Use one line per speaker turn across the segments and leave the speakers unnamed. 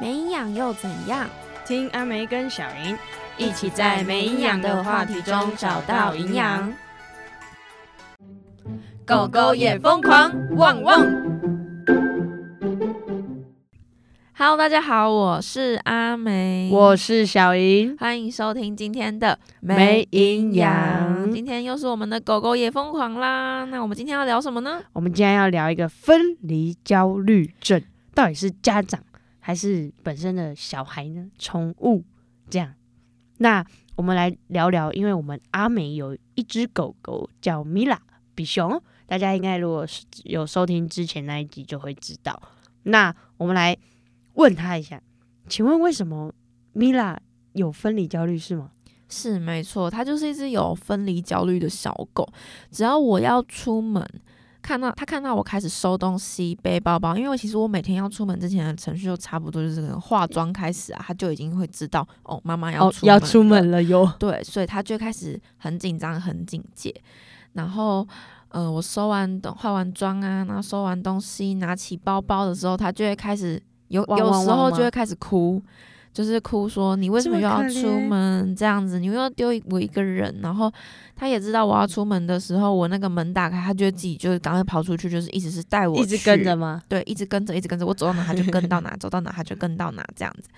没营养又怎样？
听阿梅跟小莹
一起在没营养的话题中找到营养。狗狗也疯狂，汪汪！Hello，大家好，我是阿梅，
我是小莹。
欢迎收听今天的
没营养
今天又是我们的狗狗也疯狂啦。那我们今天要聊什么呢？
我们今天要聊一个分离焦虑症，到底是家长还是本身的小孩呢？宠物这样。那我们来聊聊，因为我们阿美有一只狗狗叫米拉比熊，大家应该如果是有收听之前那一集就会知道。那我们来问他一下，请问为什么米拉有分离焦虑是吗？
是没错，它就是一只有分离焦虑的小狗。只要我要出门，看到它看到我开始收东西、背包包，因为我其实我每天要出门之前的程序就差不多就是可能化妆开始啊，它就已经会知道哦，妈妈要出门、
要出门。了哟。
对，所以它就开始很紧张、很警戒。然后，呃，我收完东、化完妆啊，然后收完东西，拿起包包的时候，它就会开始有
汪
有
汪
时候
汪
就
吗
会开始哭。就是哭说你为什
这
么
么
又要
可
出
怜
门这样子？你又要丢我一个人，然后他也知道我要出门的时候，我那个门打开，他就会自己就赶快跑出去，就是一直是带我
一直跟
去
着吗？
对，一直跟着，一直跟着，我走到哪它就跟到哪， 走到哪它就跟到哪这样子。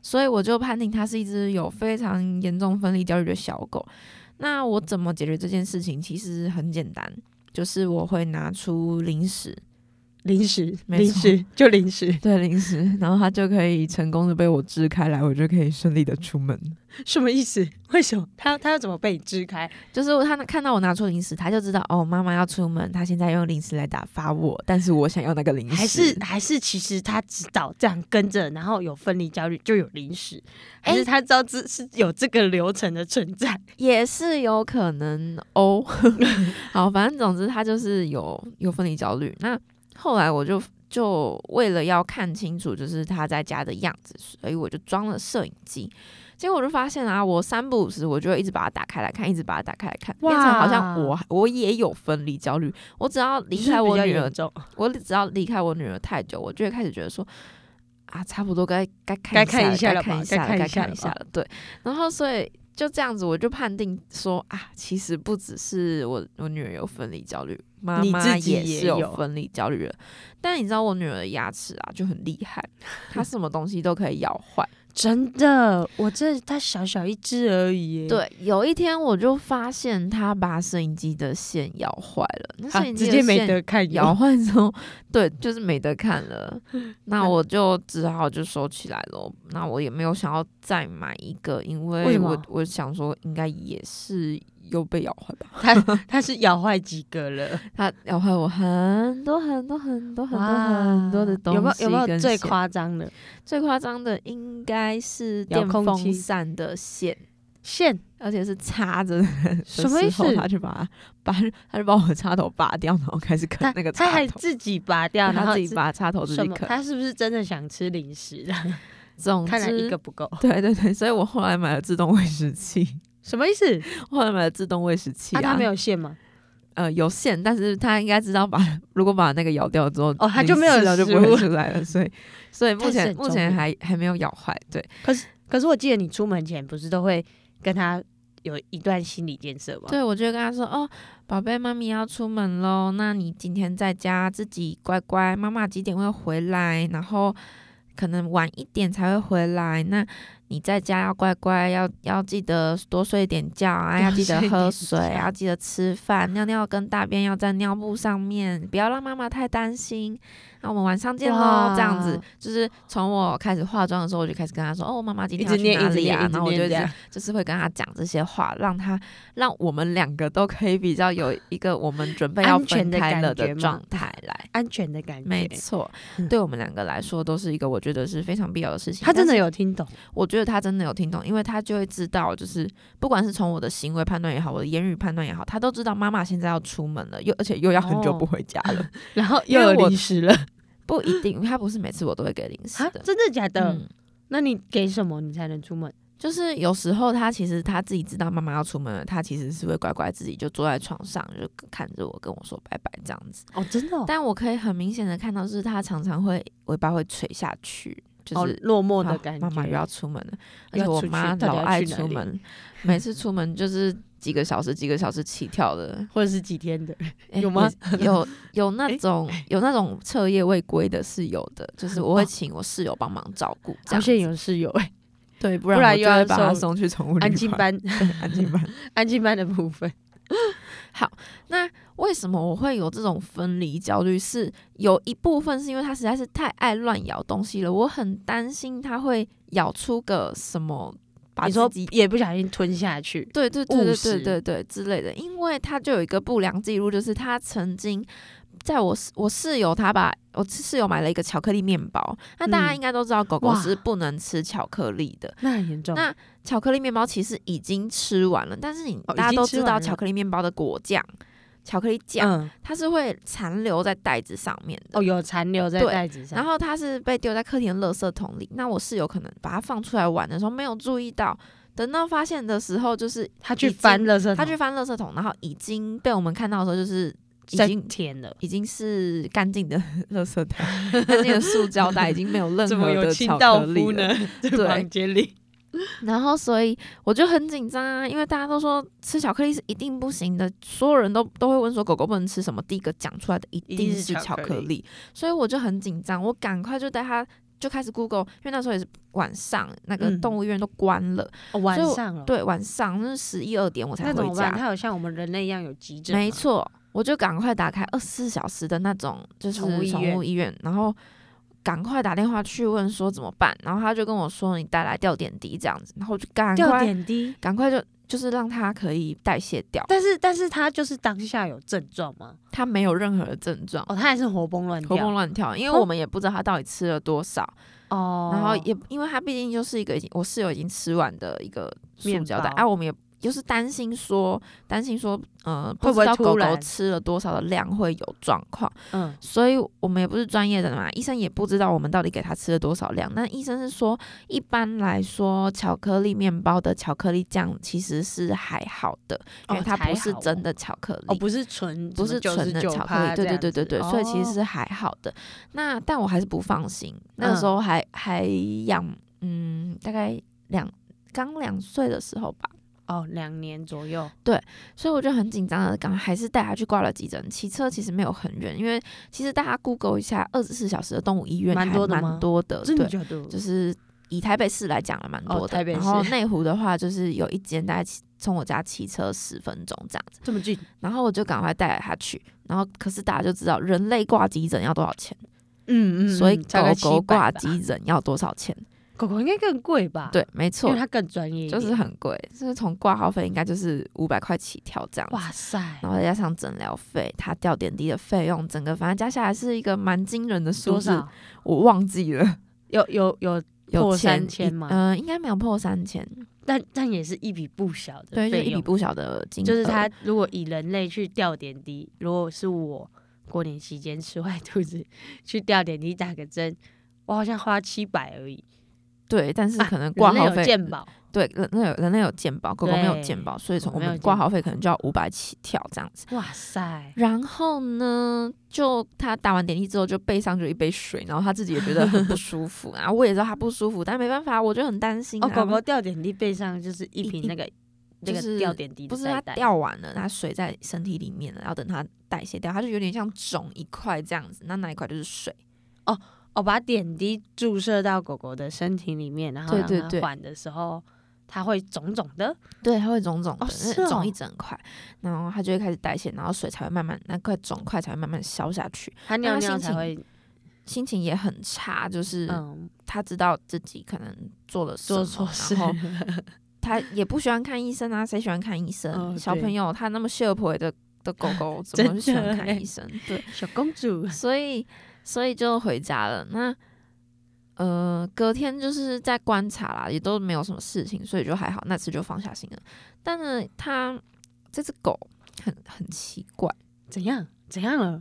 所以我就判定它是一只有非常严重分离焦虑的小狗。那我怎么解决这件事情？其实很简单，就是我会拿出零食，
零食，
没
零
错
食就零食，
对零食， 然后它就可以成功的被我支开来，我就可以顺利的出门。
什么意思？为什么他他要怎么被你支开？
就是它看到我拿出零食，它就知道哦，妈妈要出门，它现在用零食来打发我，但是我想要那个零食。
还是还是其实他知道这样跟着，然后有分离焦虑就有零食，还是
哎
他知道这是有这个流程的存在？
也是有可能哦。 好，反正总之他就是有有分离焦虑。那后来我就就为了要看清楚，就是他在家的样子，所以我就装了摄影机。结果我就发现啊，我三不五时我就会一直把它打开来看，一直把它打开来看，变成好像
哇
我我也有分离焦虑。我只要离
是
开
不是
我
比较
女儿
严重，
我只要离开我女儿太久，我就会开始觉得说，啊，差不多该该
该
看
看一下
了，
了
该看
吧
一下了，该
该看一下
看一下了。对，然后所以就这样子，我就判定说啊，其实不只是我我女儿有分离焦虑，妈
你
妈
自己也
是有
有
分离焦虑的。但你知道我女儿的牙齿啊就很厉害， 她什么东西都可以咬坏。
真的，我这他小小一只而已耶，
对，有一天我就发现她把摄影机的线咬坏了，那
啊，
摄影机
直
的
接没
线
得 看
摇换之后， 对，就是没得看 了。那我就只好就收起来了。那我也没有想要再买一个，因
为
为
什么
我我想说应该也是又被咬坏吧。
他他是咬坏几个了？
它咬坏我很多很多很多很多很多的东西
有没有有没有
跟
最
线
夸张的
最夸张的应该是
遥
电
控
风
器
扇的线。
线？
而且是插 着的
什么意
时候
思
他就把它把他就把我的插头拔掉，然后开始啃
他
那个
他
插
还
头，
自己拔掉，然
他
后
自己把插头
自
自
什
己
么？
啃。
他是不是真的想吃零食？
总
看来
之
一个不够，
对对对，所以我后来买了自动喂食器，
什么意思？
我后来买了自动喂食器
啊，他没
有
有线吗？
呃有线，但是他应该知道把如果把那个咬掉之后，
哦它
你
就没有
吃了就不
食
会
物
出来了，所以所以目
但是
前
很
目
聪
前
明
还还没有咬坏，对，
可是我记得你出门前不是都会跟他有一段心理建设吗？
对，我就跟他说：“哦，宝贝，妈咪要出门喽，那你今天在家自己乖乖，妈妈几点会回来？然后可能晚一点才会回来。那你在家要乖乖，要要记得多睡一点觉啊，要
多
记得
睡一
喝
点
水，
觉
要记得吃饭，尿尿跟大便要在尿布上面，不要让妈妈太担心。”那我们晚上见喽，这样子
哇
就是从我开始化妆的时候，我就开始跟他说：“哦，妈妈今
一
天
直
要去哪
念，一直
里
念，
啊
一？”直
然后我就
念
一
这
直
样。
就是会跟他讲这些话，让他让我们两个都可以比较有一个我们准备要
安全
分
的
开了
感
的
觉吗
状态来。
安全的感觉。
没错，
嗯
对我们两个来说都是一个我觉得是非常必要的事情。
他真的
但是
有听懂，
我觉得他真的有听懂，因为他就会知道，就是不管是从我的行为判断也好，我的言语判断也好，他都知道妈妈现在要出门了，又而且又要很久
哦
不回家了。
然后
因
又
为
有
我
零食了
不一定，他不是每次我都会给零食
啊？
的。
真的假的？
嗯
那你给什么你才能出门？
就是有时候他其实他自己知道妈妈要出门了，他其实是会乖乖自己就坐在床上，就看着我跟我说拜拜这样子。
哦，真的、哦？
但我可以很明显的看到，就是他常常会尾巴会垂下去，就
好
是
落寞哦的
啊
感觉。
妈妈又要出门了，而
要
且我
出去
妈
到底
老
要
爱
去哪
出
里
门， 每次出门就是几个小时、几个小时起跳的。
或者是几天的，
诶
有吗
我有有那
诶
种、有那种彻夜未归的是有的，就是我
哦
会请我室友帮忙照顾，这
好
样
像
子
有室友哎，
对，不
不
然
然
我
又
就会
要
把他
送
送去宠物旅
安静
馆，
班，
安静班。
安静班的部分，
那为什么我会有这种分离焦虑？是有一部分是因为它实在是太爱乱咬东西了，我很担心它会咬出个什么，把
你说
自己
也不小心吞下去，
对对对
误
对
食
对对对之类的，因为他就有一个不良记录，就是他曾经在我室我室友他把我室友买了一个巧克力面包，那大家
嗯
应该都知道狗狗
哇
是不能吃巧克力的，
那很严重。
那巧克力面包其实已经吃完了，但是你
哦已
大家
经
都
吃
知道
完了
巧克力面包的果酱、巧克力酱，
嗯，
它是会残留在袋子上面的
哦，。有残留在
对
袋子上，
然后它是被丢在客厅的垃圾桶里，那我室友可能把它放出来玩的时候没有注意到，等到发现的时候就是
他去
已经
翻了圾桶，
他去翻垃圾桶，然后已经被我们看到的时候，就是已
在
经
填了，
已经是干净的 垃圾袋，干净的塑胶袋，已经没有任
怎
何
么有
的
清
巧
道
克力
夫呢
了。？
在
对
房间里，
然后，所以我就很紧张啊，因为大家都说吃巧克力是一定不行的，所有人都都会问说狗狗不能吃什么，第一个讲出来的一
一定
定
是
是
巧
巧
克力
克力，所以我就很紧张，我赶快就带它。就开始 Google，因为那时候也是晚上，那个
嗯
动物医院都关了，
哦晚
所以我
上了，
对，晚上那是十一二点我才
那
回
怎么
家
办？。他好像我们人类一样有急诊吗，
没错，我就赶快打开二十四小时的那种，就是
宠物医
宠物医院，然后赶快打电话去问说怎么办，然后他就跟我说你带来吊点滴这样子，然后我就赶
掉
快
点滴。
赶快就就是让它可以代谢掉，
但是，但是他就是当下有症状吗？
它没有任何的症状。
哦，他还是活蹦乱跳，
活蹦乱跳，因为
哦
我们也不知道它到底吃了多少，
哦，
然后也因为它毕竟就是一个已经我室友已经吃完的一个塑
面
胶袋，
包
啊，我们也就是担心说担心说，呃，
会不会
知道
突
狗狗
然
吃了多少的量会有状况，
嗯，
所以我们也不是专业的嘛，医生也不知道我们到底给他吃了多少量。那医生是说，一般来说，巧克力面包的巧克力酱其实是还好的，因为它不是真
的
的巧克力，
哦，不是纯
不是纯的巧克力，对对对对对，所以其
哦
实是还好的。那但我还是不放心，那
嗯
个时候还、还养，嗯，大概两刚两岁的时候吧，
哦两年左右，
所以我就很紧张的，赶快还是带他去挂了急诊。骑车其实没有很远，因为其实大家 Google 一下，二十四小时的动物医院
蛮
还
多的吗
蛮多的，
真的
呃对，
假的？
就是以台北市来讲了蛮多的。
哦台北市
然后内湖的话，就是有一间大概骑从我家骑车十分钟这样子，
这么近，
然后我就赶快带他去。然后可是大家就知道，人类挂急诊要多少钱，
嗯
所以
大概
狗狗
700
挂
吧
急诊要多少钱？
狗狗应该更贵吧？，
对，没
因
错
为。它更专业一点，
就是很贵，就是从挂号费应该就是五百块起跳这样子。
哇塞，
然后再加上诊疗费，他吊点滴的费用，整个反正加下来是一个蛮惊人的数
多
字
少，？
我忘记了，
有有有，
有
破
钱
三千吗
嗯、呃应该没有破三千，
但但也是一笔不小的
对，就是
费
一笔
用。
不小的金额，
就是它如果以人类去吊点滴，如果是我过年期间吃坏肚子去吊点滴打个针，我好像花七百而已。
对，但是可能
啊人
挂
类
号
有
费，
健保，
对，人类有人类有健保，狗狗没有
对
健保，所以从
狗
我
没有
们
健
挂号费可能就要五百起跳这样子。
哇塞，
然后呢，就他打完点滴之后，就背上就一杯水，然后他自己也觉得很 不舒服，然后我也知道他不舒服，但没办法，我就很担心、啊。
哦，狗狗吊点滴背上就是一
一
瓶
一
那个那
就是
个吊点滴的
不是
袋
它
袋，
掉完了，它水在身体里面了，然后等它代谢掉，它就有点像肿一块这样子，那那一块就是水。
哦，把点滴注射到狗狗的身体里面，然后
对
让
对
它
对
缓的时候，它会肿肿的。
对，它会肿肿的，
哦
那
是哦
肿一整块，然后它就会开始代谢，然后水才会慢慢那块肿块才会慢慢消下去，
它
那它
尿尿
心
才
情
会，
心情也很差，就是
嗯，
它知道自己可能做了什
做
么
错事
然。后它也不喜欢看医生啊，谁喜欢看医生？
哦
小
对
朋友他那么秀婆的的狗 狗，怎
真
么会喜
的
欢看
欸
医 生？对。
小公主，
所以所以就回家了。那呃，隔天就是在观察啦，也都没有什么事情，所以就还好，那次就放下心了。但呢，它这只狗很很奇怪，
怎样怎样了？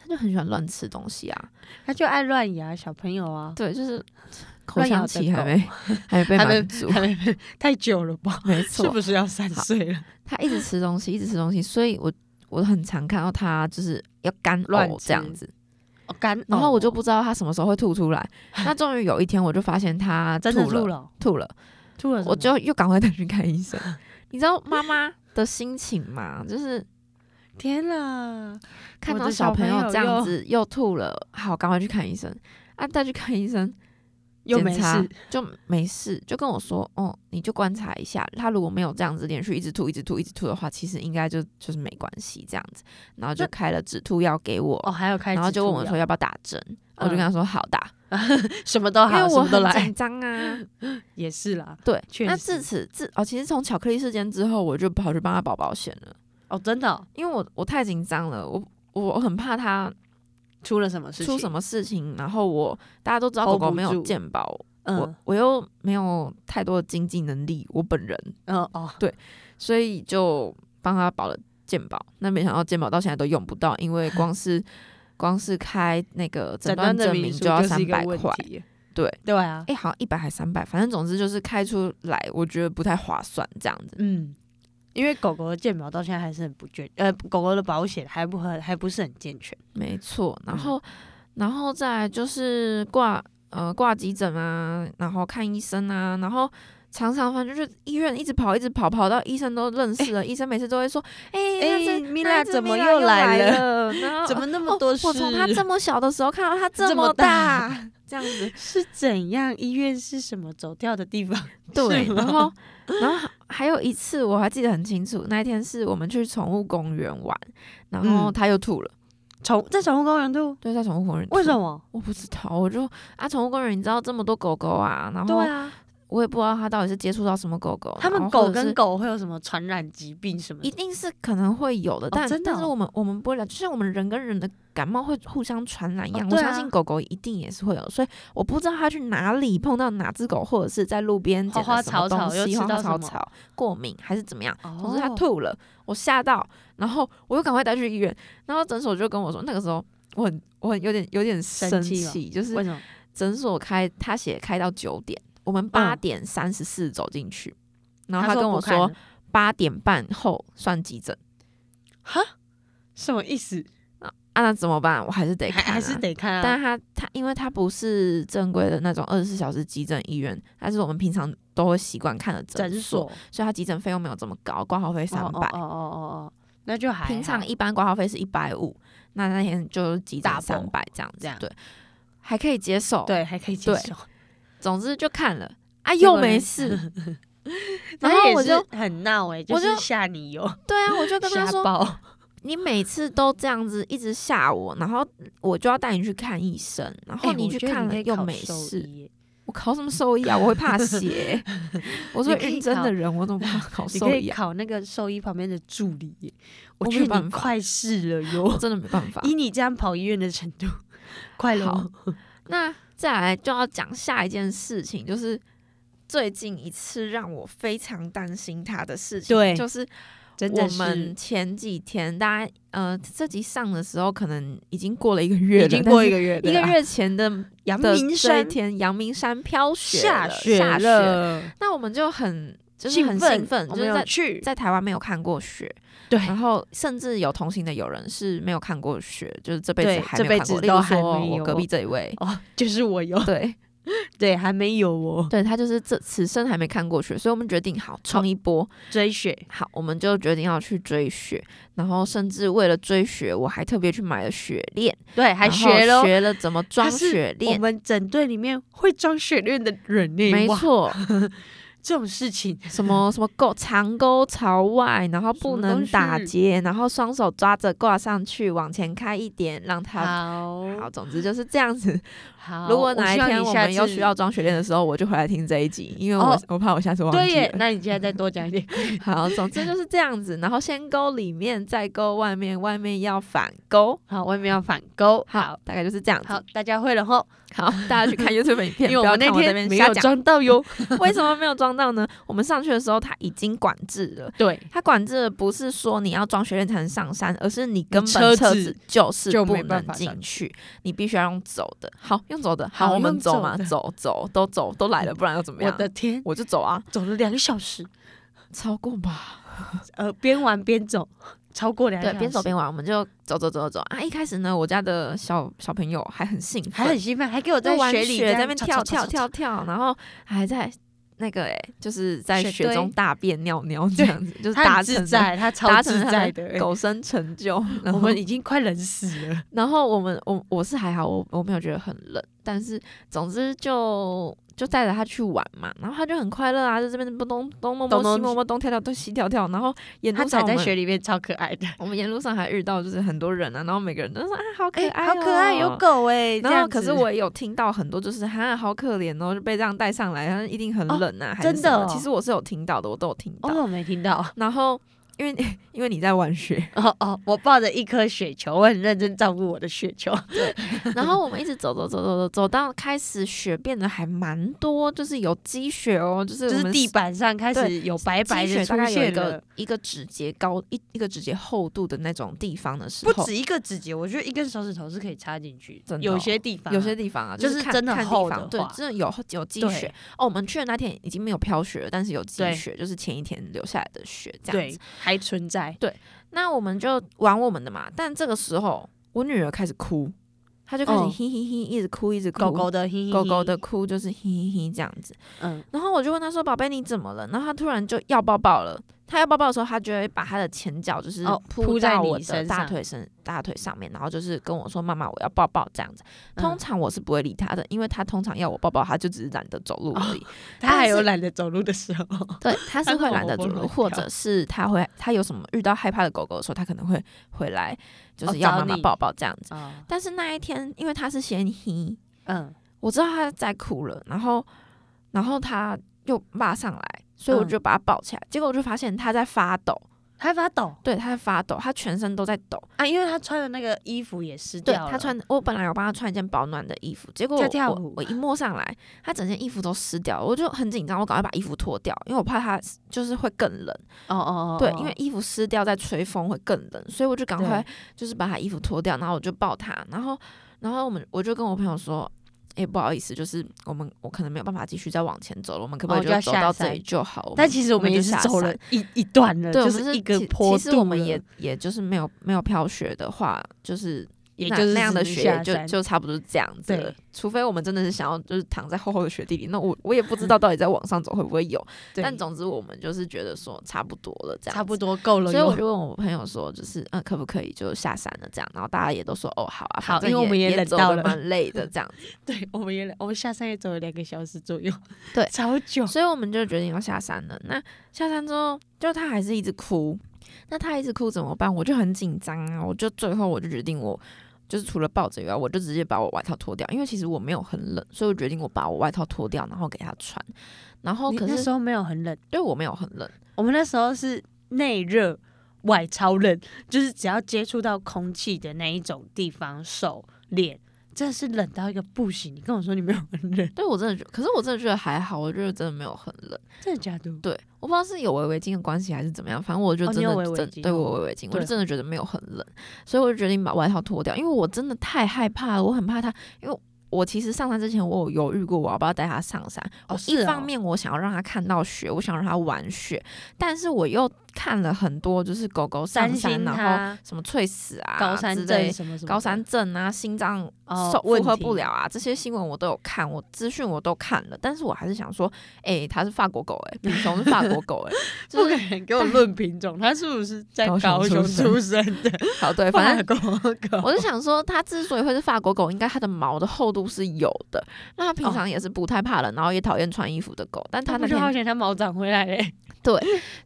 它就很喜欢乱吃东西啊。
它就爱乱咬小朋友啊，
对，就是口
乱咬
腔
的
期还
狗
没 还没被
还没
满 足，
还没太久了吧？
没
是
错，
不是要三
好
岁了？
它一直吃东西，一直吃东西，所以我我很常看到它就是要干
乱
呕这样
吃
子。
哦干呕，
然后我就不知道他什么时候会吐出 来。那终于有一天，我就发现他
真的
吐
吐
了，
了哦，
吐了，
吐了什么，
我就又赶快带去看医 生。你知道妈妈的心情吗？就是
天哪，
看
我
到
的
小
小
朋
朋
友
友
这样
又
子又吐了，好，赶快去看医生啊！带去看医生，
又
检
没
查
事，
就没事，就跟我说，哦，你就观察一下，他如果没有这样子连续一直吐、一直吐、一直吐的话，其实应该就就是没关系这样子。然后就
那
开了止吐药给我，
哦，还有开，
然后就问我说要不要打针，我就跟他说好打，
什么都
因为
嗯哦好，什
我
么都
很
来，
紧张 啊。
也是啦，
对，
确
那
实
自此自哦，其实从巧克力事件之后，我就跑去帮他保保险了，
哦，真的哦
因为我我太紧张了，我我很怕他
出了什么事情？
出什？么事情，然后我大家都知道狗
Hold
狗
不
没有
住
健保，我
嗯，
我又没有太多的经济能力，我本人。
哦哦，
所以就帮他保了健保。那没想到健保到现在都用不到，因为光是光是开那个诊
诊
断
断
证
证
明
明
就要
是
三
一个
百
问
块，
题耶
对
对啊
哎、，好像一百还三百，反正总之就是开出来，我觉得不太划算这样子。
嗯。因为狗狗的健保到现在还是很不健，呃，狗狗的保险还不很还不是很健全。
没错，然
嗯
后、然后再来就是挂呃挂急诊啊，然后看医生啊，然后。常常反正就是医院一直跑，一直跑，跑到医生都认识了。医生每次都会说：“哎、那
哎
这
米
那
娜
这
怎么
Mila
又
来
来
了？然后
怎么那么多
哦
事？
我从他这么小的时候看到他
这
么
么大
大，这样子
是怎样？医院是什么走掉的地方？
对。
是吗
然后，然后还还有一次我还记得很清楚，那一天是我们去宠物公园玩，然后
嗯
他又吐了。
宠在宠物公园吐，
对，在宠物公园吐
为什？ 么？
我不知道，我就啊，宠物公园你知道这么多狗狗啊，然后
啊，
我也不知道他到底是接触到什么狗狗，
他
哦然后
们
或
狗
者是
跟狗会有什么传染疾病什么
一
的？
定是可能会有的，但、
真的
但是
嗯哦
我们我们不会了，就像我们人跟人的感冒会互相传染一样，
哦
我
对
相
啊
信狗狗一定也是会有，所以我不知道它去哪里碰到哪只狗，或者是在路边捡
花
了
花
什么
草草
东
又
西，
吃
花花
到什
草
么
草过敏还是怎么样，
哦
总之它吐了，我吓到，然后我又赶快带去医院，然后诊所就跟我说，那个时候我很我很有点有点
生
生
气哦
气，就是
为什么？
诊所开他写开到九点，我们八
嗯
点三十四走进去，然后他
说
跟我
不看
说
了
八点半后算急诊。
什么意思？
啊，那怎么办？我还是得
还
看、啊，
还是。得看啊。
但他他，因为他不是正规的那种二十四小时急诊医院，他是我们平常都会习惯看的诊
诊
所，
所
所以他急诊费用没有这么高，挂号费三百、
哦哦哦哦哦，那就还
平常
好
一般挂号费是一百五，那那天就是急诊
Double
三百这样子，
这样
对，还可以接受。，
对还可以接
对
受。
总之就看了啊，
结
又
果嘞
没 事。然
他
后
也
我
是
就
很闹哎，
我
就
就是
吓你哟，
对啊，我就跟他
吓
说，
爆。
你每次都这样子一直吓我，然后我就要带你去看医生，然后
哎我
哦去
觉得
看
可
了
以
又
考
没
兽
事。
医耶
我考什么兽医啊？我会怕 血、我是
你
会
可以
认真
考
的人，我怎么 怕考
你
兽
可以
医啊？
考那个兽医旁边的助理耶，我
我
觉
没
得
办
你
法
快是了
我
哟。
真的没办法。
以你这样跑医院的程 度，快了
好
哦。
那再来就要讲下一件事情，就是最近一次让我非常担心他的事情，
对
就是
真
我
的是
们前几天大家呃这集上的时候，可能已经过了一个月了，
已经过一
个
个月了
一
啦，
个月前的
阳
的
明
这一
山
天，阳明山飘雪
下
了
雪
下雪
了，
那我们就很就是
兴
很
奋，
兴奋，
我
就
们
是
有
在
去，
在台湾没有看过雪，
对
然后甚至有同行的友人是没有看过雪，就是这辈
对
子还没
这
有
辈
看过，
子
例如
都还
说
没
我
有，
隔壁这一位
哦，就是我有，
对
对，还没有哦，
对，他就是这此生还没看过雪，所以我们决定好冲一波，
追雪，
好，我们就决定要去追雪，然后甚至为了追雪，我还特别去买了雪链，
对，还
然后
学了哦。
学了怎么装
他是
雪
我
链，
们整队里面会装雪链的人呢，
没
哇，
错，
这种事情
什 么什么勾长钩朝外，然后不能打结，然后双手抓着挂上去，往前开一点，让它
好
好。总之就是这样子。
好
如果哪一天我们有
又
需 要装雪链的时候，我就回来听这一集，因为我、
哦
我怕我下次忘
对
记
耶，
了。
那你现在再多讲一点，
好，总之就是这样子。然后先勾里面，再勾外面，外面要反勾。
好，外面要反勾，好。
大概就是这样子。
好，大家会了吼，
好，大家去看 YouTube 影
因
片，
为
不
我
要
们那
看我这边
天没
瞎
有
讲。
装到哟。
为什么没有装到呢？我们上去的时候，它已经管制了。
对，
它管制的不是说你要装学院才能上山，而是你根本
车
车
子
子就是
就
不
没办
能
法
进
上
去，你必须要用走的。好，用走的。
好
我们
用
走
走
嘛，
的
走走都走都来 了，不然要怎么
我
样？
的天，
我就走啊，
走了两个小时，
超过吧。
呃，边玩边走， 超过两个
对，
小
边走
时
边玩，我们就走走走走啊！一开始呢，我家的小小朋友还很兴奋，
还很兴奋，还给我在
在玩
雪里
雪在那
那
边跳跳跳跳，然后还在那个哎、就是在
雪
雪中
堆
大便尿尿这
对
样子，就是
他
达
很
成
自
了
在，他超
达
自
成他
在
的
的。哎
狗生成就。然
我
后
们已经快冷死 了，
然后我们我我是还好，我我没有觉得很冷，但是总之就就带着他去玩嘛，然后他就很快乐啊，在这边不东东摸
东
摸西
东
摸摸东跳跳东西跳跳，然后沿
他
路
踩
上我
在
们
雪里面超可爱的，
我们沿路上还遇到就是很多人啊，然后每个人都说啊好可
哎
爱、哦
好可爱，有。狗哎。这
然后
样
可是
子
我也有听到很多就是哈好可怜哦，就被这样带上来，他一定很
哦
冷啊，还
真
是什么
的哦
其实我是有听到的，我都有听到。
哦，我没听到。
然后因为 因为你在玩雪，
哦哦，我抱着一颗雪球，我很认真照顾我的雪 球。
然后我们一直走走走走走，走到开始雪变得还蛮多，就是有积雪哦，就是哎
就
我
是
们
地板上开始
对
有白白
积
的
雪
出
大概有一
现
个
了，
一个指节高一一个指节厚度的那种地方的时
不
候，
止一个指节，我觉得一根手指头是可以插进去
真，的哦
有些地方啊
有些地方啊，
就是
是看
真的
看
厚
地
的
方，对
话，
真的有有积
对
雪哦。我们去的那天已经没有飘雪了，但是有积
对
雪，就是前一天留下来的雪这样
对
子。
还存在，
那我们就玩我们的嘛，但这个时候我女儿开始哭，她就开始
嗯
嘿嘿嘿一直哭一直哭，
狗狗的嘿嘿嘿
哦狗狗的，哭就是嘿嘿嘿这样子。
嗯，
然后我就问他说：“宝贝，你怎么了？”然后他突然就要抱抱了。他要抱抱的时候，他就会把他的前脚就是
哦
铺
铺在
到
你
我的
身
大
上
腿身、大腿上面，然后就是跟我说：“妈妈，我要抱抱。”这样子。
嗯
通常我是不会理他的，因为他通常要我抱抱，他就只是懒得走路而已。
它还
但
有
是
懒得走路的 时候，
对，他是
哦他
会
是
懒得走
活蹦
路，
乱
或
跳
者是他会他有什么遇到害怕的狗狗的时候，他可能会回来，就
哦
是要
找
妈妈
你
抱抱这样子。
啊，
但是那一天，因为他是先黑，
嗯，
我知道他在哭了，然后然后他又骂上来，所以我
嗯
就把他抱起来，结果我就发现他在发抖，
还发抖
对，他在发抖，他全身都在抖，
啊，因为它穿的那个衣服也湿
对
掉了，
他穿，我本来有帮他穿一件保暖的衣服，结果我
跳跳
我
舞
我一摸上来，他整件衣服都湿掉了，我就很紧张，我赶快把衣服脱掉，因为我怕他就是会更冷，
哦，哦哦哦，
对，因为衣服湿掉再吹风会更冷，所以我就赶快就是把他衣服脱掉，然后我就抱他，然后然后我们我就跟我朋友说，哎、不好意思，就是我们我可能没有办法继续再往前走了，我们可不可
哦
以
就要
走
下
到这
山
里就好？我
但
们
其实我们也
就是下
走了
山
一一段了，
对，我
就
们
是一个
其
坡度了，
其实我们也也就是没有没有飘雪的话，就是。
也
那
就是
那样的
只能
雪
下
也就
山
就差不多是这样子
对
了，除非我们真的是想要就是躺在厚厚的雪地里，那我我也不知 道到底在往上走会不会有，
对
但总之我们就是觉得说差不多了这样子，
差不多够了哟，
所以我就问我朋友说，就是嗯，可不可以就下山了这样？然后大家也都说哦，好啊，反
好
正
因为我们也
也
冷
走
到
得
了
蛮累 的这样子，
对，我们也来我们下山也走了两个小时左右，
对
超久。
所以我们就决定要下山了。那下山之后，就他还是一直哭，那他一直哭怎么办？我就很紧张啊，我就最后我就决定我。就是除了抱着以外，我就直接把我外套脱掉，因为其实我没有很冷，所以我决定我把我外套脱掉，然后给他穿。然后
你
可
那时
是
候没有很冷，
对我没有很冷，
我们那时候是内热外超冷，就是只要接触到空气的那一种地方，手、脸，真的是冷到一个不行。你跟我说你没有很冷，
对我真的觉得，可是我真的觉得还好，我觉得真的没有很冷。
真的假的？
对，我不知道是有围围巾的关系还是怎么样，反正我就
哦
真
你
的、
有围围
真
巾
对
哦
我围围巾，我
对
就真的觉得没有很冷，所以我就决定把外套脱掉，因为我真的太害怕了，我很怕它，因为。我其实上山之前，我有犹豫过我要不要带它上山。
哦
我
是
一
哦
方面我想要让它看到雪，我想让它玩雪，但是我又看了很多就是狗狗上
担
山，
心
然后
他
什么猝死啊
高山
之
症
类、
什么什么的
高山症啊、心脏
哦
受负
问
荷
题
不了啊，这些新闻我都有看，我资讯我都看了，但是我还是想说，哎、它是法国狗、哎，品种是法国狗、哎，
不
就是
可能给我论品种，他是不是在
高雄
高雄
出生
出生的？
好 对，反正
正狗
我就想说，它之所以会是法国狗，应该它的毛的厚度是有的。那它平常也是不太怕冷，然后也讨厌穿衣服的狗，但它
他
那
哦不就好
天，
险他毛长回来嘞、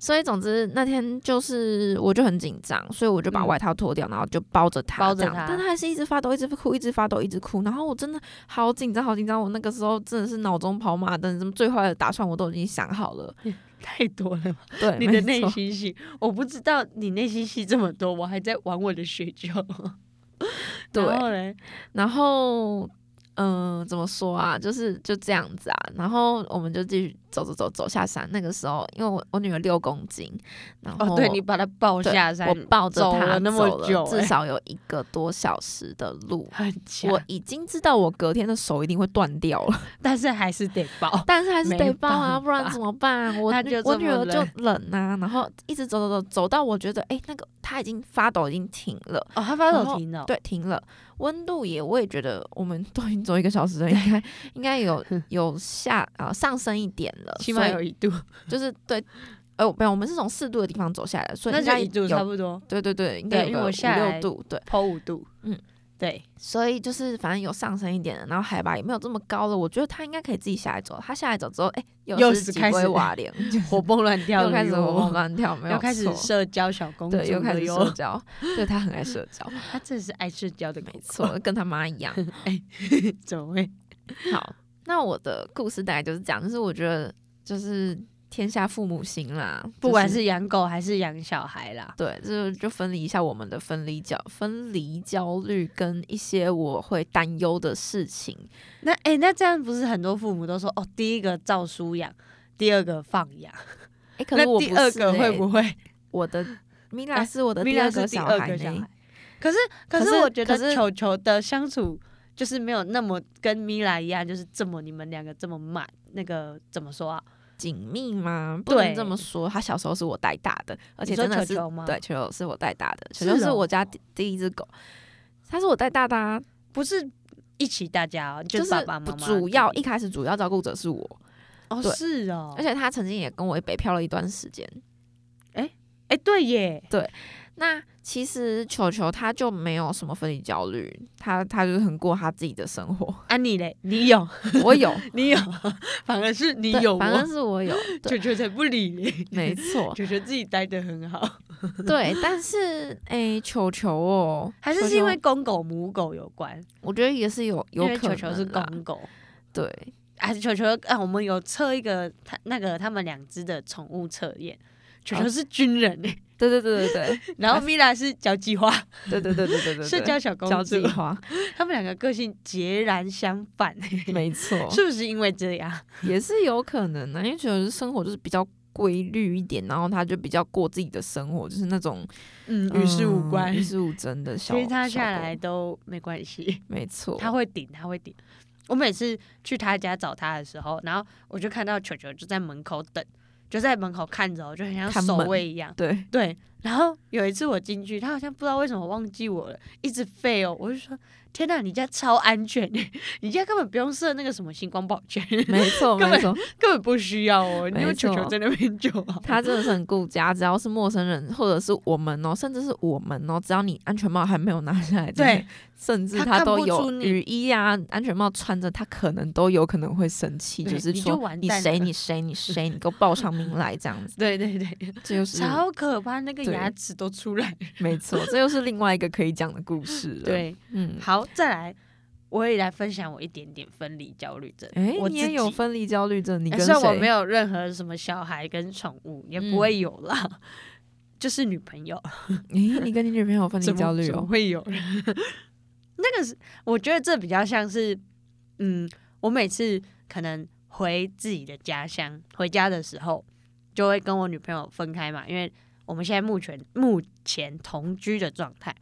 所以总之那天就是我就很紧张，所以我就把
嗯
外套脱掉，然后就包着它
包
这
着
样，
它
但它还是一直发抖，一直哭，一直发抖，一直哭。然后我真的好紧张，好紧张，我那个时候真的是脑中跑马灯，什么最坏的打算我都已经想好了。
太多了吧？
对，
你的
没
内
错
心戏，我不知道你内心戏这么多，我还在玩我的雪球。
对
然后嘞，
然后，嗯、怎么说啊？就是就这样子啊。然后我们就继续走走走走下山。那个时候，因为我我女儿六公斤，然后
哦，对你把它抱
对
下山
我，抱着
走
她
了那么
走了
久欸啊
至少有一个多小时的路。
很
我
强，
已经知道我隔天的手一定会断掉了，
但是还是得 抱。
但是还是得
没
抱啊，
办
不然
法
怎么 办？我
那
女
就
我
这
女
么
儿就
冷
冷啊，然后一直走走走走到我觉得哎、诶那个她已经发抖已经停了，
哦，他发
然
抖
后
停了，
对，停了。温度也，我也觉得我们都已经走一个小时了， 应该应该有有下啊上升一点了，
起
所
码
以
有一度，
就是对。呃，没有，我们是从四度的地方走下来的，所以
那
应
就
该
一度
有
差不多，
对对对，应该
对
有
因为
个
我
五
下来
六度，对，
坡五度，
嗯，
对，
所以就是反正有上升一点的，然后海拔也没有这么高了，我觉得他应该可以自己下来走。他下来走之后，哎、
又
是
是
几
开
龟
始
瓦 脸，
活蹦乱跳
又
的哟，
开始我 乱跳，没有
又开始
错
社交小公主了
对，
哟，
又开始社交， 对他很爱社交，
他真的是爱社交的狗
没
狗，
错，跟他妈一 样。
怎么会？
好，那我的故事大概就是这样，就是我觉得就是天下父母心啦，
不管
就是
养狗还是养小孩啦，
对，这就分离一下我们的分离焦分离焦虑跟一些我会担忧的事情。
那哎、那这样不是很多父母都说哦，第一个照书养，第二个放养，
哎、可
那
是我不
第
是、
二个会不会？
我 的米拉
哎
是我的
米
第
娅
二
是
个
第
小
二
孩
个小
呢
孩。可是可
可
是
是
我觉
可
得
是
球球的相处就是没有那么跟米拉一样，就是这么你们两个这么慢，那个怎么说啊？
紧密吗？不能
对
这么说，他小时候是我带大的，而且
你说
真的是
球球吗？
对，，球球是我带大的，球
是
球是
哦
我家第第一只狗，它是我带大的啊，
不是一起大家哦，
就是
爸爸妈妈
主要一
一
开始主要照顾者是我，
哦
对
是哦，
而且他曾经也跟我北漂了一段时间。
哎、对耶，
那其实球球他就没有什么分离焦虑，他他就是很过他自己的生活。
安妮嘞，啊你有
我有，
你有， 反而是你
对
有
反正
我，
是我 有，
球
对，
球才不理嘞，
没错，
球球自己待的很好，
对。但是诶、球球哦，
还是
球
是因
球
为公狗母狗有关，
我觉得也是有有
因为
可
球
能
球是
啦
公狗。
对，
啊，球球啊，我们有测一个他那个他们两只的宠物测验，球球
哦
是军人、欸
对对对对对
然后米拉是交际花，
对对对对 对对，
社交小公
交
主
际，花，
他们两个个性截然相反，欸
没错，
是不是因为这样？
也是有可能啊，因为球球生活就是比较规律一点，然后他就比较过自己的生活，就是那种
嗯，与事 无
嗯
关
与，事无争的哦小。
其实他
小
下
狗
来，都没 关系，
没错，
他会顶，他会顶。我每次去他家找他的时候，然后我就看到球球就在门口等，就在门口看着我，就很像
看
守
门
卫一样。
对，
对，然后有一次我进去，他好像不知道为什么忘记我了，一直废哦。我就说：“天哪，你家超安全，你家根本不用设那个什么星光宝圈，
没错
根
没
本
错，
根本不需要哦，你
没
有球球
错
在那边就好。”
他真的是很顾家，只要是陌生人或者是我们哦，甚至是我们哦，只要你安全帽还没有拿下来，
对，
甚至
他
他
看
都
不出
有
你
雨衣啊、安全帽穿着，他可能都有可能会生气，
对
就是
你就
说
完
你
蛋
谁
了
你谁你谁，你给我报上名来这样子，
对对对，
这就是
超可怕，那个
嗯对
牙齿都出来了。
没错，这又是另外一个可以讲的故事了。，
对，
嗯，
好，再来，我也来分享我一点点分离焦虑症。
哎、
我
你
自
也有
己
分离焦虑症，你
哎
跟谁？
虽然我没有任何什么小孩跟宠物，也
嗯
不会有啦，就是女朋友。
诶、你跟你女朋友有分离
怎么
焦虑
怎么
哦？
会有人？ 那个是，我觉得这比较像是，嗯，我每次可能回自己的家乡，回家的时候，就会跟我女朋友分开嘛，因为我们现在目前目前同居的状态，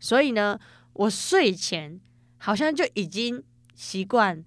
所以呢，我睡前好像就已经习惯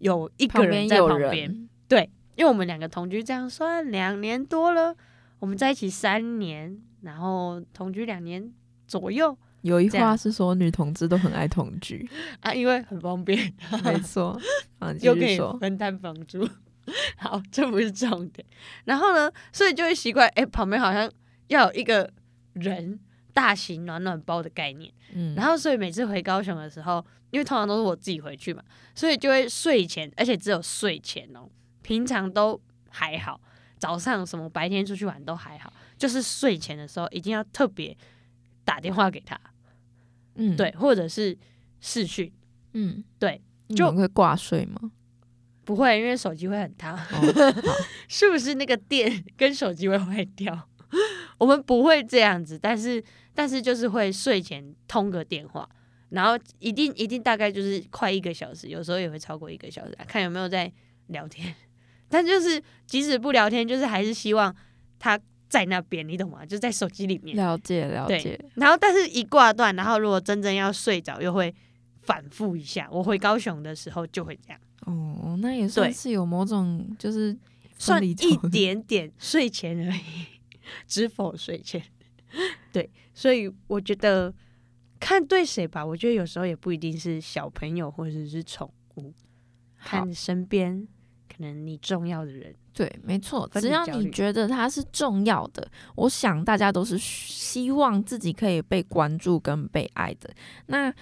有一个
旁
人
边
在
有
旁边，
人，
因为我们两个同居这样算两年多了，我们在一起三年，然后同居两年左右。
有一
这
话
样
是说女同志都很爱同 居，
啊，因为很方便，
没错。啊， 你继
又可
续
以
说，
分摊房租。 好，这不是重点。然后呢，所以就会习惯，哎、旁边好像要有一个人，大型暖暖包的概念。
嗯，
然后，所以每次回高雄的时候，因为通常都是我自己回去嘛，所以就会睡前，而且只有睡前哦，平常都还好，早上什么白天出去玩都还好，就是睡前的时候一定要特别打电话给他，
嗯，
对，或者是视讯，
嗯，
对，
就
就
会挂睡吗？
不会，因为手机会很烫。
哦，好
是不是那个电跟手机会坏掉？ 我们不会这样子，但是但是就是会睡前通个电话，然后一定一定大概就是快一个小时，有时候也会超过一个小时啊、看有没有在聊天。 但就是即使不聊天，就是还是希望他在那边，你懂吗？就在手机里面。
了解了
对
解，
然后但是一挂断，然后如果真正要睡着，又会反复一下。我回高雄的时候就会这样，
哦，那也算
对
是有某种就是
算
分离
一
焦虑
点点睡前而已，知否睡前。 对，所以我觉得看对谁吧，我觉得有时候也不一定是小朋友或者是宠物，
好
看身边可能你重要的人。
对，没错，
分
只
离
要
焦
你
虑
觉得它是重要的，我想大家都是希望自己可以被关注跟被爱的。那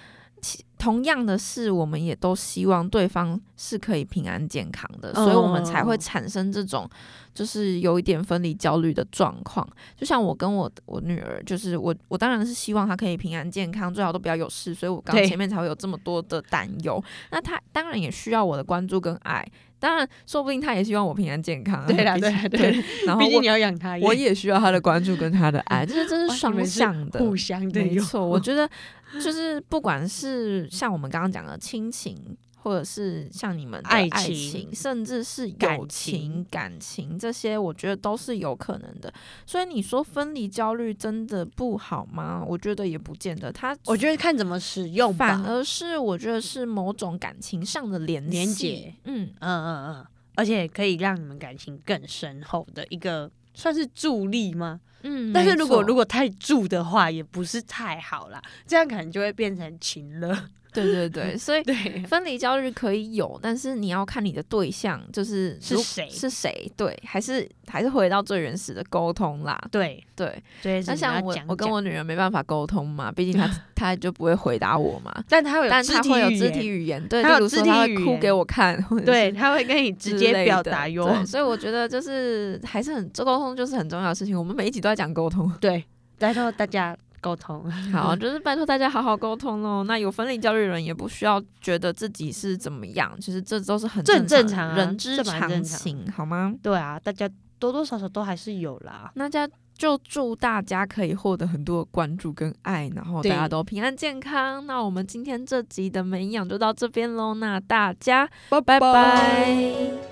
其同样的是，我们也都希望对方是可以平安健康的，所以我们才会
哦
产生这种就是有一点分离焦虑的状况。就像我跟我我女儿，就是我我当然是希望她可以平安健康，最好都不要有事，所以我刚
对
前面才会有这么多的担忧。那她当然也需要我的关注跟爱，当然，说不定他也希望我平安健康、啊。
对啦，
毕
对
竟
啦，
对
对啦，
然后
毕竟你
我
要养它，
我也需要他的关注跟他的爱，就是这是
哇你们
双
是
向的，
互相的
没
有
错。我觉得就是不管是像我们刚刚讲的亲情，或者是像你们的
爱
爱
情
甚至是
感
友
情
情、感情这些，我觉得都是有可能的。所以你说分离焦虑真的不好吗？我觉得也不见得，他
我觉得看怎么使用吧。嗯
反而是我觉得是某种感情上的联
连
系
结，
嗯。
嗯嗯嗯，而且可以让你们感情更深厚的一个算是助力吗？
嗯，
但是
没
如果
错
如果太助的话，也不是太好啦，这样可能就会变成情了。
对对对，所以
对，
分离焦虑可以有，但是你要看你的对象就是
是
如
谁
是谁，对，还是还是回到最原始的沟通啦，
对
对。
对，
那像我，我跟，我女儿没办法沟通 嘛，毕竟她她就不会回答我嘛，
但他会有
但
肢
她
体
会有
语
肢
言
体语言，对，
她有
例如
肢
说
体
她
语
会哭
言
给我看，或者
对，
是
他会跟你直
之
接
类
表
的
达哟。
对所以我觉得就是还是很，这沟通就是很重要的事情，我们每一集都在讲沟通。
对，拜托大家沟通。
好，就是拜托大家好好沟通喽。那有分离焦虑的人也不需要觉得自己是怎么样，其实这都是很
这很正
常
常啊
的人之
这蛮正
常
常
情，好吗？
对啊，大家多多少少都还是有啦。
那家就祝大家可以获得很多的关注跟爱，然后
对
大家都平安健康。那我们今天这集的美营养就到这边喽，那大家
拜
拜拜